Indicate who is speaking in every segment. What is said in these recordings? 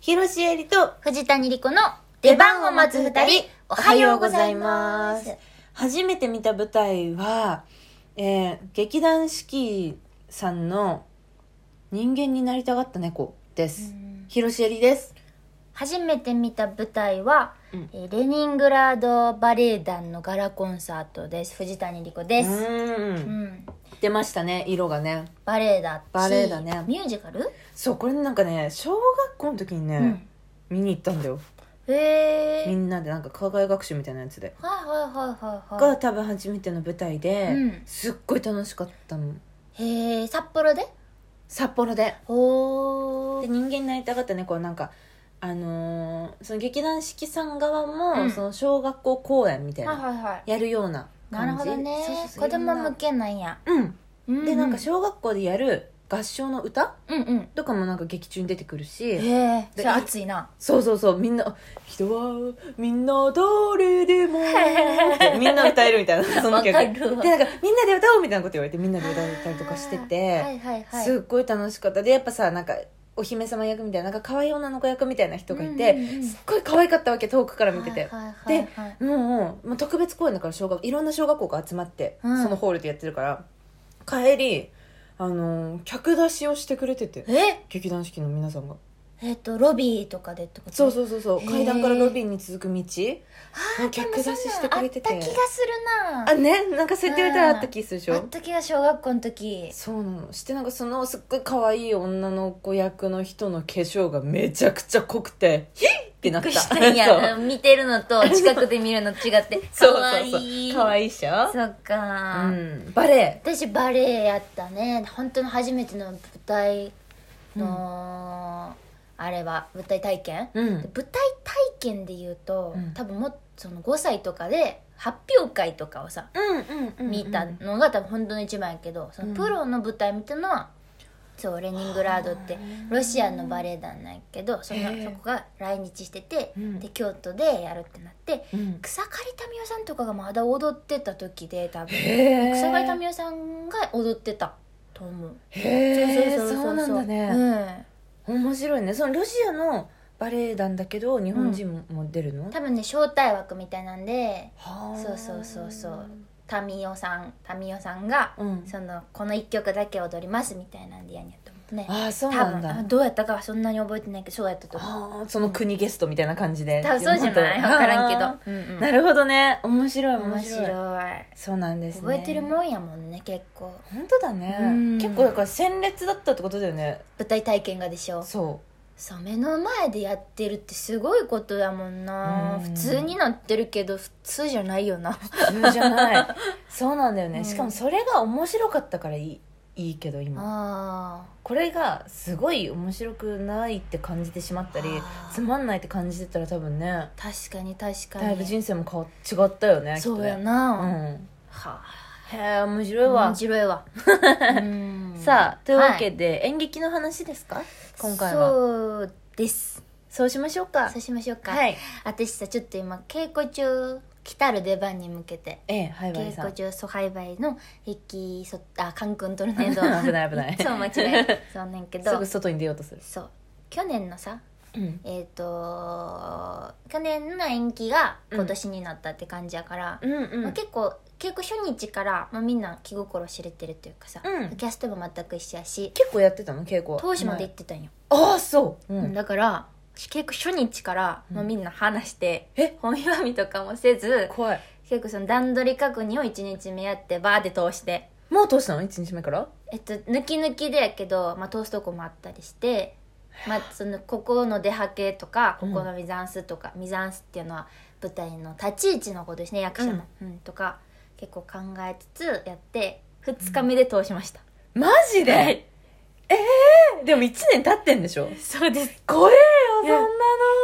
Speaker 1: 広瀬えりと
Speaker 2: 藤谷莉子の
Speaker 1: 出番を待つ二人、おはようございます。。初めて見た舞台は、えー、劇団四季さんの人間になりたがった猫です。広瀬えりです。
Speaker 2: 初めて見た舞台は、
Speaker 1: うん
Speaker 2: えーレニングラードバレエ団のガラコンサートです。藤谷莉子
Speaker 1: う。
Speaker 2: です。うんん。
Speaker 1: 出ましたね、色がね。
Speaker 2: バレエだし
Speaker 1: バレエだね
Speaker 2: ミュージカル、
Speaker 1: そう、これなんかね、小学校の時にね、
Speaker 2: うん。
Speaker 1: 見に行ったんだよ。
Speaker 2: へ
Speaker 1: み
Speaker 2: ー。
Speaker 1: んなでなんか課外学習みたいなやつで。
Speaker 2: はいはいはいはいは
Speaker 1: が多分初めての舞台で、
Speaker 2: うん
Speaker 1: すっごい楽しかったの。
Speaker 2: い。へー、札幌で
Speaker 1: 札幌で。
Speaker 2: ほ
Speaker 1: で
Speaker 2: ー。
Speaker 1: 人間になりたがったねこうなんかあのーその劇団四季さん側も、
Speaker 2: うん
Speaker 1: その小学校公演みたい
Speaker 2: はい
Speaker 1: な
Speaker 2: はいはい。
Speaker 1: やるような
Speaker 2: なる
Speaker 1: 感
Speaker 2: ほ
Speaker 1: じ
Speaker 2: どね
Speaker 1: そうそうそう
Speaker 2: 子供向
Speaker 1: い
Speaker 2: けなんや、
Speaker 1: ろんな
Speaker 2: うんう
Speaker 1: うんでなんか小学校でやる合唱の歌
Speaker 2: うんうん
Speaker 1: とかもなんか劇中に出てくるし、
Speaker 2: へえそ
Speaker 1: で
Speaker 2: れ熱いな
Speaker 1: そうそうそうみんな「人はみんな誰で も」ってみんな歌えるみたいなその曲
Speaker 2: わかるわ
Speaker 1: でなんかみんなで歌おうみたいなこと言われてみんなで歌ったりとかしてて、
Speaker 2: はいはいはい
Speaker 1: すっごい楽しかったでやっぱさなんかお姫様役みたいななんか可愛い女の子役みたいな人がいて、
Speaker 2: うんうんうん
Speaker 1: すっごい可愛かったわけ遠くから見てて、
Speaker 2: はいはいはいはい
Speaker 1: もうもう特別公演だから小学いろんな小学校が集まって、
Speaker 2: うん
Speaker 1: そのホールでやってるから帰りあのー客出しをしてくれてて
Speaker 2: え
Speaker 1: 劇団四季の皆さんが
Speaker 2: えっとロビーとかでってこと
Speaker 1: そう
Speaker 2: う
Speaker 1: そうそうそう
Speaker 2: へー
Speaker 1: 階段からロビーに続く道
Speaker 2: あー
Speaker 1: 客
Speaker 2: でもそん
Speaker 1: 出ししてくれてて
Speaker 2: なんあった気がするな
Speaker 1: あねなんかそうやって言われたらあった気するでし
Speaker 2: あ
Speaker 1: ょ
Speaker 2: った気が小学校の時
Speaker 1: そうなのしてなんかそのすっごい可愛い女の子役の人の化粧がめちゃくちゃ濃くてヒッってなった
Speaker 2: びっくりしたんや
Speaker 1: そう
Speaker 2: 見てるのと近くで見るの違って
Speaker 1: そう
Speaker 2: かわ
Speaker 1: そうそう
Speaker 2: いい
Speaker 1: 可愛いっしょ
Speaker 2: そっか、
Speaker 1: うんバレ
Speaker 2: 私バレエやったね本当の初めての舞台の、あれは舞台体験、
Speaker 1: エう
Speaker 2: で
Speaker 1: ん
Speaker 2: 舞台体験で言うと、
Speaker 1: うん
Speaker 2: 多分もその5歳とかで発表会とかをさ
Speaker 1: うんうんうん
Speaker 2: 見たのが多分本当の一番やけどそのプロの舞台見たのは、そうレニングラードってロシアのバレエ団なんやけどその
Speaker 1: へえ
Speaker 2: そこが来日してて、
Speaker 1: うん
Speaker 2: で京都でやるってなって
Speaker 1: うん
Speaker 2: 草刈民代さんとかがまだ踊ってた時で多分
Speaker 1: へえ
Speaker 2: 草刈民代さんが踊ってたと思う、
Speaker 1: へえそうなんだね
Speaker 2: ね、
Speaker 1: 面白いねそのロシアのバレエ団だけど日本人もも出るの
Speaker 2: うん、多分ね招待枠みたいなんで
Speaker 1: はあ
Speaker 2: そうそうそうそう民代さん民代さんが、
Speaker 1: うん
Speaker 2: そのこの1曲だけ踊りますみたいなんでやんやと思うね
Speaker 1: ああそ
Speaker 2: 多
Speaker 1: うなん
Speaker 2: 分
Speaker 1: だ
Speaker 2: あどうやったかはそんなに覚えてないけどそうやったと思う
Speaker 1: あーその国ゲストみたいな感じで
Speaker 2: 多分そうじゃない分からんけど、うんうん
Speaker 1: なるほどね面白い面
Speaker 2: 面
Speaker 1: 白い
Speaker 2: 白い
Speaker 1: そうなんですね
Speaker 2: 覚えてるもんやもんね結構
Speaker 1: 本当だね
Speaker 2: うん
Speaker 1: 結構だから鮮烈だったってことだよね
Speaker 2: 舞台体験がでしょ
Speaker 1: そ
Speaker 2: そう目の前でやってるってすごいことだもんな
Speaker 1: うん
Speaker 2: 普通になってるけど普通じゃないよな
Speaker 1: う普通じゃない そうなんだよね、
Speaker 2: うん
Speaker 1: しかもそれが面白かったからいいいいけど今
Speaker 2: あー
Speaker 1: これがすごい面白くないって感じてしまったり
Speaker 2: あー
Speaker 1: つまんないって感じてたら多分ね
Speaker 2: 確かに確かに
Speaker 1: だいぶ人生も変わ違ったよね
Speaker 2: そうや
Speaker 1: きっ
Speaker 2: な、
Speaker 1: と
Speaker 2: は
Speaker 1: ね
Speaker 2: あ
Speaker 1: うん、へえ面白いわ、
Speaker 2: 面白いわ うん
Speaker 1: さあというわけ
Speaker 2: は
Speaker 1: で、演劇の話ですか今回は
Speaker 2: そうです
Speaker 1: そうしましょうか
Speaker 2: そうしましょうか、
Speaker 1: はい
Speaker 2: 私さちょっと今稽古中来たる出番に向けて
Speaker 1: ええはいはい
Speaker 2: 稽
Speaker 1: さん
Speaker 2: 古中ソハイバイの壁そあカン君トルネード
Speaker 1: 危ない危ない
Speaker 2: そう間違えたそうねんけ
Speaker 1: す
Speaker 2: ど
Speaker 1: ぐ外に出ようとする
Speaker 2: そう去年のさ
Speaker 1: うん
Speaker 2: えっ、と去年の延期が今年になったって感じやから、
Speaker 1: うん
Speaker 2: まあ、結構稽古初日から、まあ、みんな気心知れてるというかさ、
Speaker 1: うん
Speaker 2: キャストも全く一緒やし
Speaker 1: 結構やってたの稽古は
Speaker 2: 当時まで行ってたんよ、
Speaker 1: ああそう、うん
Speaker 2: だから結構初日から、まあ、みんな話して、
Speaker 1: え
Speaker 2: 本読みとかもせず
Speaker 1: 怖い
Speaker 2: 結構その段取り確認を1日目やってバーって通して
Speaker 1: もう通したの一日目から
Speaker 2: えっと抜き抜きでやけど、まあ、通すとこもあったりして、まあ、そのここの出はけとかここのミザンスとか、ミザンスっていうのは舞台の立ち位置のことですね役者の、うんとか結構考えつつやって2日目で通しました、
Speaker 1: マジで、
Speaker 2: はい
Speaker 1: でも1年経ってんでしょ
Speaker 2: そうです
Speaker 1: 怖えよ
Speaker 2: いや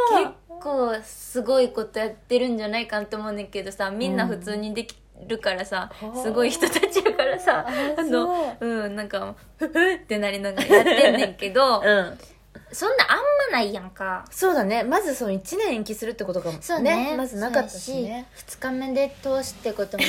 Speaker 1: そんな
Speaker 2: 結
Speaker 1: の
Speaker 2: 構すごいことやってるんじゃないかと思うねんけどさみんな普通にできるからさ、
Speaker 1: うん
Speaker 2: すごい人たちやからさ
Speaker 1: あ
Speaker 2: あの
Speaker 1: そう
Speaker 2: うんなんかふふってなりながらやってんねんけ ど
Speaker 1: うん
Speaker 2: そんなあんまないやんか
Speaker 1: そうだねまずその1年延期するってことが
Speaker 2: そうね
Speaker 1: まずなかったしね
Speaker 2: 2日目で通すってことも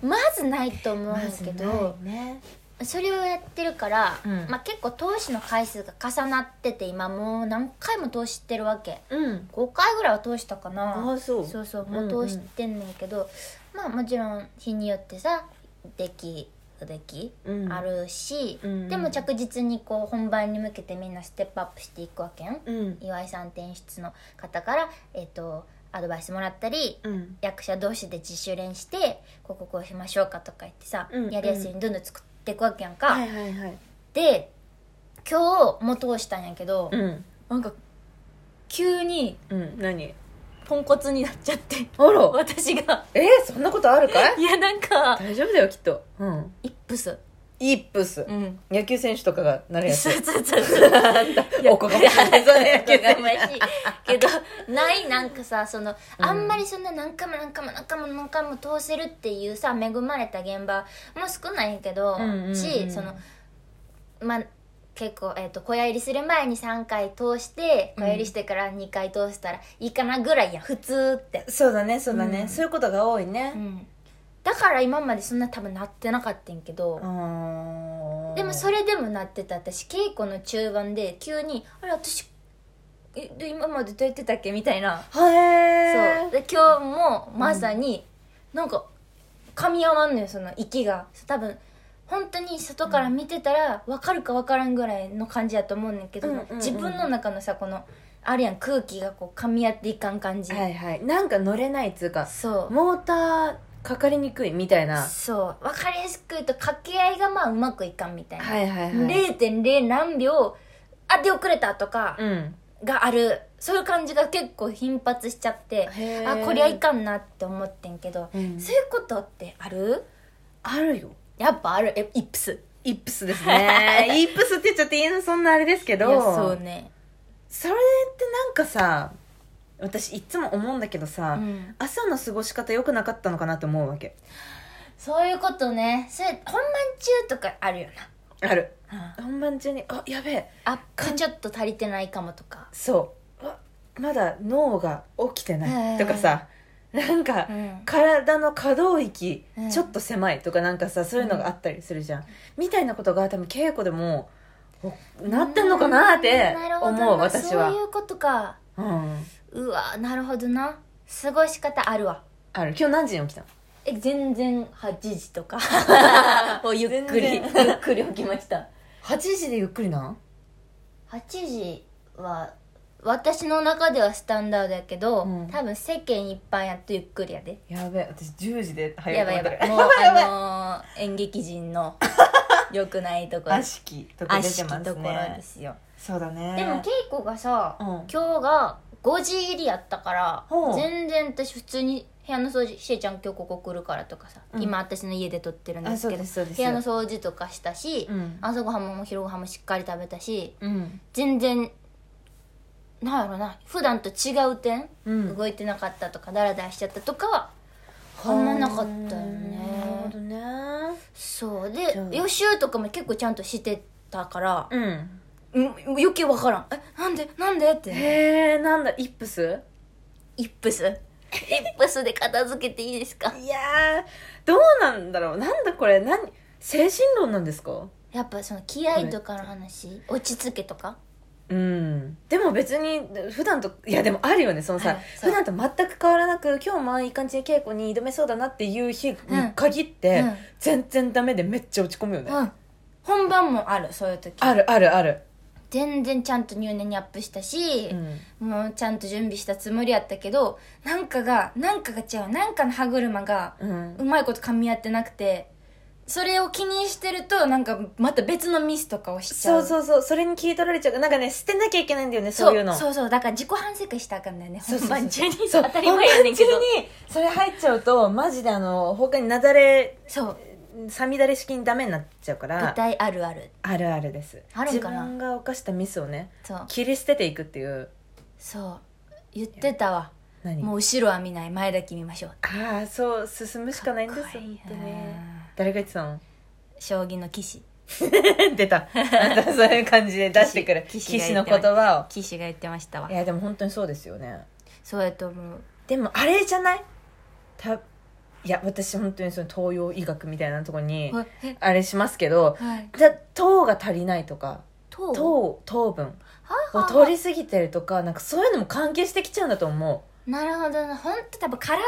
Speaker 2: まずないと思うん
Speaker 1: ま
Speaker 2: や
Speaker 1: ず
Speaker 2: け
Speaker 1: ない
Speaker 2: ど
Speaker 1: ね
Speaker 2: それをやってるから、
Speaker 1: うん
Speaker 2: まあ、結構投資の回数が重なってて今もう何回も投資してるわけ
Speaker 1: うん
Speaker 2: 5回ぐらいは通したか
Speaker 1: あ
Speaker 2: な
Speaker 1: あそう
Speaker 2: そうそうもう通してんねんけど、まあもちろん日によってさ出来不出来
Speaker 1: うん
Speaker 2: あるし、
Speaker 1: うん
Speaker 2: でも着実にこう本番に向けてみんなステップアップしていくわけん、
Speaker 1: うん
Speaker 2: 岩井さん転出の方から、えっとアドバイスもらったり、
Speaker 1: うん
Speaker 2: 役者同士で自主練してこここうしましょうかとか言ってさ、
Speaker 1: うん
Speaker 2: やりやすいようにどんどん作っていくわけやんか、
Speaker 1: はいはいはい
Speaker 2: で今日も通したんやけど、
Speaker 1: うん
Speaker 2: なんか急に
Speaker 1: うん何
Speaker 2: ポンコツになっちゃって
Speaker 1: あら
Speaker 2: 私が
Speaker 1: えー、そんなことあるかい
Speaker 2: いやなんか
Speaker 1: 大丈夫だよきっとうん
Speaker 2: イップス
Speaker 1: イップス
Speaker 2: うん
Speaker 1: 野球選手とかがなるやつ
Speaker 2: そうそうそうそう
Speaker 1: おこがましいですよね野球選手
Speaker 2: おこがましいけどないなんかさその
Speaker 1: うん
Speaker 2: あんまりそんな何回も何回も何回も何回も通せるっていうさ恵まれた現場も少ないけど、
Speaker 1: うんうんうん
Speaker 2: しそのまあ結構、えっと小屋入りする前に3回通して
Speaker 1: うん
Speaker 2: 小屋入りしてから2回通したらいいかなぐらいやん普通って、
Speaker 1: そうだねそうだね、
Speaker 2: うん
Speaker 1: そういうことが多いうね
Speaker 2: ん、だから今までそんな多分なってなかったんけど、
Speaker 1: うん
Speaker 2: でもそれでもなってた私稽古の中盤で急に「あれ私えで今までどうやってたっけ?」みたいな
Speaker 1: へ
Speaker 2: そう
Speaker 1: え
Speaker 2: で今日もまさに、なんか噛み合わんのよその息が多分本当に外から見てたら分かるか分からんぐらいの感じやと思うねんだけど、
Speaker 1: うんうんうん
Speaker 2: 自分の中のさこのあるやん空気がこう噛み合っていかん感じ、
Speaker 1: はいはいなんか乗れないっつうか
Speaker 2: そう
Speaker 1: モーターかかりにくいみたいな
Speaker 2: そう分かりやすく言うと掛け合いがまあうまくいかんみたいな、
Speaker 1: はいはいはい
Speaker 2: 0.0何秒あ出遅れたとか
Speaker 1: うん
Speaker 2: がある、そういう感じが結構頻発しちゃって
Speaker 1: へー
Speaker 2: あこりゃいかんなって思ってんけど、
Speaker 1: うん
Speaker 2: そういうことってある
Speaker 1: あるよ
Speaker 2: やっぱあるえイップス
Speaker 1: イ
Speaker 2: い
Speaker 1: ップスです ねイップスって言っちゃっていいのそんなあれですけど
Speaker 2: やそうね
Speaker 1: それってなんかさ私いつも思うんだけどさ、
Speaker 2: うん
Speaker 1: 朝の過ごし方良くなかったのかなと思うわけ
Speaker 2: そういうことねそれ本番中とかあるよ
Speaker 1: ある
Speaker 2: な、
Speaker 1: 本番中に「あやべえ
Speaker 2: アップちょっと足りてないかもとか
Speaker 1: そううわまだ脳が起きてな
Speaker 2: うん
Speaker 1: い」とかさなんか、
Speaker 2: うん
Speaker 1: 体の可動域
Speaker 2: うん
Speaker 1: ちょっと狭いとかなんかさそういうのがあったりするじゃん、みたいなことが多分稽古でもおなってんのかなって
Speaker 2: なるほどな
Speaker 1: 思う私は
Speaker 2: そういうことか
Speaker 1: うん、
Speaker 2: うわなるほどな過ごし方あるわ
Speaker 1: ある今日何時に起きたの
Speaker 2: え全然8時とかもうゆっくりゆ
Speaker 1: 全
Speaker 2: っくり起きました
Speaker 1: 8時でゆっくりな
Speaker 2: 8時は私の中ではスタンダードやけど、
Speaker 1: うん
Speaker 2: 多分世間一般やとゆっくりやで
Speaker 1: やべえ私10時で早
Speaker 2: やば
Speaker 1: く
Speaker 2: いやば
Speaker 1: 戻る
Speaker 2: いもうあのー演劇 人の良くないところ
Speaker 1: 悪しきとこ出てます
Speaker 2: ところで
Speaker 1: ね
Speaker 2: すよ、
Speaker 1: そうだね
Speaker 2: でも稽古がさ、
Speaker 1: うん
Speaker 2: 今日が5時入りやったから
Speaker 1: ほう
Speaker 2: 全然私普通に部屋の掃除しえちゃん今日ここ来るからとかさ、
Speaker 1: うん
Speaker 2: 今私の家で撮ってるんで
Speaker 1: あ
Speaker 2: す
Speaker 1: そう
Speaker 2: けど
Speaker 1: ですそうです
Speaker 2: 部屋の掃除とかしたし、
Speaker 1: うん
Speaker 2: 朝ごはんも昼ごはんもしっかり食べたし
Speaker 1: うん
Speaker 2: 全然なんやろな普段と違う点、
Speaker 1: うん
Speaker 2: 動いてなかったとかダラダラしちゃったとかはあんまなかったよね
Speaker 1: なるほどね
Speaker 2: そうで
Speaker 1: そう
Speaker 2: 予習とかも結構ちゃんとしてたから、
Speaker 1: うん
Speaker 2: うん余計わからんえなんでなんでって
Speaker 1: へえなんだイップス
Speaker 2: イップスイップスで片付けていいですか
Speaker 1: いやーどうなんだろうなんだこれ何精神論なんですか
Speaker 2: やっぱその気合とかの話落ち着けとか
Speaker 1: うんでも別に普段といやでもあるよねそのさ、
Speaker 2: はいそう
Speaker 1: 普段と全く変わらなく今日もいい感じに稽古に挑めそうだなっていう日に限って、
Speaker 2: うんうん
Speaker 1: 全然ダメでめっちゃ落ち込むよね、
Speaker 2: うん本番もあるそういう時
Speaker 1: あるあるある、
Speaker 2: 全然ちゃんと入念にアップしたし、
Speaker 1: うん
Speaker 2: もうちゃんと準備したつもりやったけどなんかがなんかが違うなんかの歯車が
Speaker 1: うん
Speaker 2: うまいこと噛み合ってなくてそれを気にしてるとなんかまた別のミスとかをしちゃ
Speaker 1: そううそうそうそれに聞い取られちゃうなんかね捨てなきゃいけないんだよね
Speaker 2: そう
Speaker 1: そういうの
Speaker 2: そうそうだから自己反省会したらあかんだよね
Speaker 1: そうそう
Speaker 2: 本
Speaker 1: そう
Speaker 2: 番中に
Speaker 1: そう
Speaker 2: 当たり前やねんけど
Speaker 1: 本番中にそれ入っちゃうとマジであの他になだれ
Speaker 2: そう
Speaker 1: さみだれ式にダメになっちゃうか
Speaker 2: 舞
Speaker 1: ら
Speaker 2: 台あるある
Speaker 1: あるあるです
Speaker 2: あるんかな
Speaker 1: 自分が犯したミスをね
Speaker 2: そう
Speaker 1: 切り捨てていくっていう
Speaker 2: そう言ってたわ
Speaker 1: 何
Speaker 2: もう後ろは見ない前だけ見ましょう
Speaker 1: ああそう進むしかないんです
Speaker 2: かっこいい
Speaker 1: 本
Speaker 2: な
Speaker 1: 当ね誰が言ってたの
Speaker 2: 将棋の棋士
Speaker 1: 出たあんたそういう感じで出してくる
Speaker 2: 騎
Speaker 1: 騎
Speaker 2: 士
Speaker 1: 士の言葉
Speaker 2: 棋士が言ってましたわ
Speaker 1: をいやでも本当にそうですよね
Speaker 2: そうやと思う
Speaker 1: でもあれじゃないたいや私本当にその東洋医学みたいなとこに
Speaker 2: はいえ
Speaker 1: あれしますけど
Speaker 2: はい
Speaker 1: じゃ糖が足りないとか
Speaker 2: 糖
Speaker 1: 糖糖分
Speaker 2: はあ
Speaker 1: を
Speaker 2: はあ
Speaker 1: 取りすぎてるとかなんかそういうのも関係してきちゃうんだと思
Speaker 2: なるほどな本当多分体の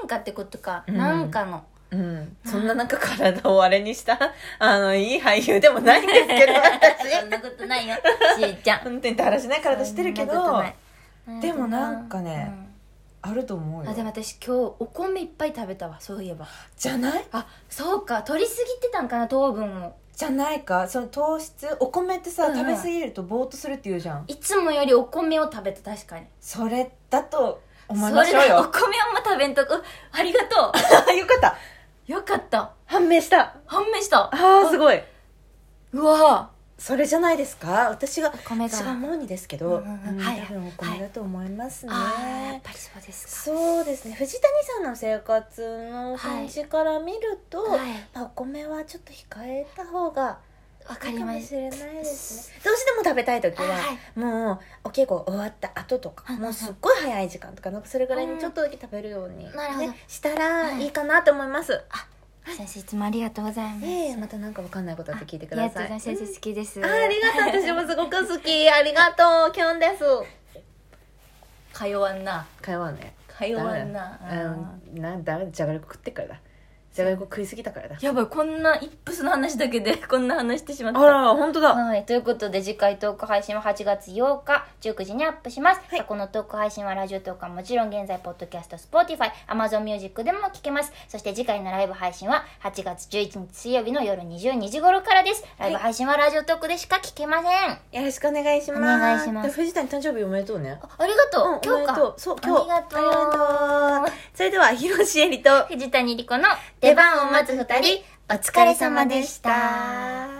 Speaker 2: 変化ってことか、
Speaker 1: うん
Speaker 2: なんかの
Speaker 1: う、うん、そんななんか体をあれにした あのいい俳優でもないんです けど私
Speaker 2: そんなことないよしーちゃん
Speaker 1: 本当にだらしない体してるけ
Speaker 2: そんなこ
Speaker 1: ど
Speaker 2: とない
Speaker 1: でもなんかね、あると思
Speaker 2: う
Speaker 1: うんよ
Speaker 2: あでも私今日お米いっぱい食べたわそういえば
Speaker 1: じゃない
Speaker 2: あそうか取りすぎてたんかな糖分を
Speaker 1: じゃないかその糖質お米ってさ、
Speaker 2: うんう
Speaker 1: 食
Speaker 2: ん
Speaker 1: べ過ぎるとぼーっとするって言うじゃん
Speaker 2: いつもよりお米を食べた確かに
Speaker 1: それだと思い
Speaker 2: そ
Speaker 1: ま
Speaker 2: れ
Speaker 1: しょう
Speaker 2: でお
Speaker 1: よ
Speaker 2: 米をも食べんとこありがと
Speaker 1: よかった
Speaker 2: うよかった
Speaker 1: 判明した
Speaker 2: 判明した
Speaker 1: あーすごいう
Speaker 2: わ
Speaker 1: それじゃないですか私が
Speaker 2: お米が
Speaker 1: 私が思うにですけど、
Speaker 2: うんうんうん
Speaker 1: うん
Speaker 2: はい
Speaker 1: 多分お米だと思いますね、
Speaker 2: あーやっぱりそうです
Speaker 1: そうですね藤谷さんの生活の感じから見ると、
Speaker 2: かはい
Speaker 1: まあ、お米はちょっと控えた方が
Speaker 2: わか
Speaker 1: いい
Speaker 2: り
Speaker 1: かも
Speaker 2: ま
Speaker 1: し
Speaker 2: した
Speaker 1: れないですねどうしても食べたい時は、
Speaker 2: はい
Speaker 1: もうお稽古終わった後とか
Speaker 2: うんうんうん
Speaker 1: もうすっごい早い時間とかなんかそれぐらいにちょっとだけ食べるように、ね
Speaker 2: んなるほど
Speaker 1: したらいいかなと思います、
Speaker 2: 先生いつもありがとうございます、
Speaker 1: ええまたなんかわかんないことあって聞いて
Speaker 2: あ
Speaker 1: く
Speaker 2: りが
Speaker 1: だ
Speaker 2: とう
Speaker 1: さ
Speaker 2: ござ
Speaker 1: い
Speaker 2: います先生好きです、
Speaker 1: あありがとう私もすごく好きありがとうキュンです
Speaker 2: 通わんな
Speaker 1: 会話ね
Speaker 2: 通わんなあ
Speaker 1: うんなんだじゃがりこ食ってからだじゃがりこ食いすぎたからだ
Speaker 2: ーやばいこんなイップスの話だけで こんな話してしまっ
Speaker 1: あ
Speaker 2: た
Speaker 1: ら本当だ
Speaker 2: はい、ということで次回トーク配信は8月8日19時にアップします、
Speaker 1: はい
Speaker 2: このトーク配信はラジオとかもちろん現在ポッドキャスト Spotify Amazon Music でも聞けますそして次回のライブ配信は8月11日水曜日の夜22時頃からですライブ配信はラジオトークでしか聞けません、
Speaker 1: よろしくお願いします
Speaker 2: お願いします
Speaker 1: で藤谷誕生日おめでとうね
Speaker 2: あありがとう、
Speaker 1: うんお
Speaker 2: 今
Speaker 1: めで
Speaker 2: 日か
Speaker 1: とうそう今日
Speaker 2: ありがとう
Speaker 1: ありがとうそれでは広瀬絵里と
Speaker 2: 藤谷莉子の出番を待つ二人お疲れ様でした。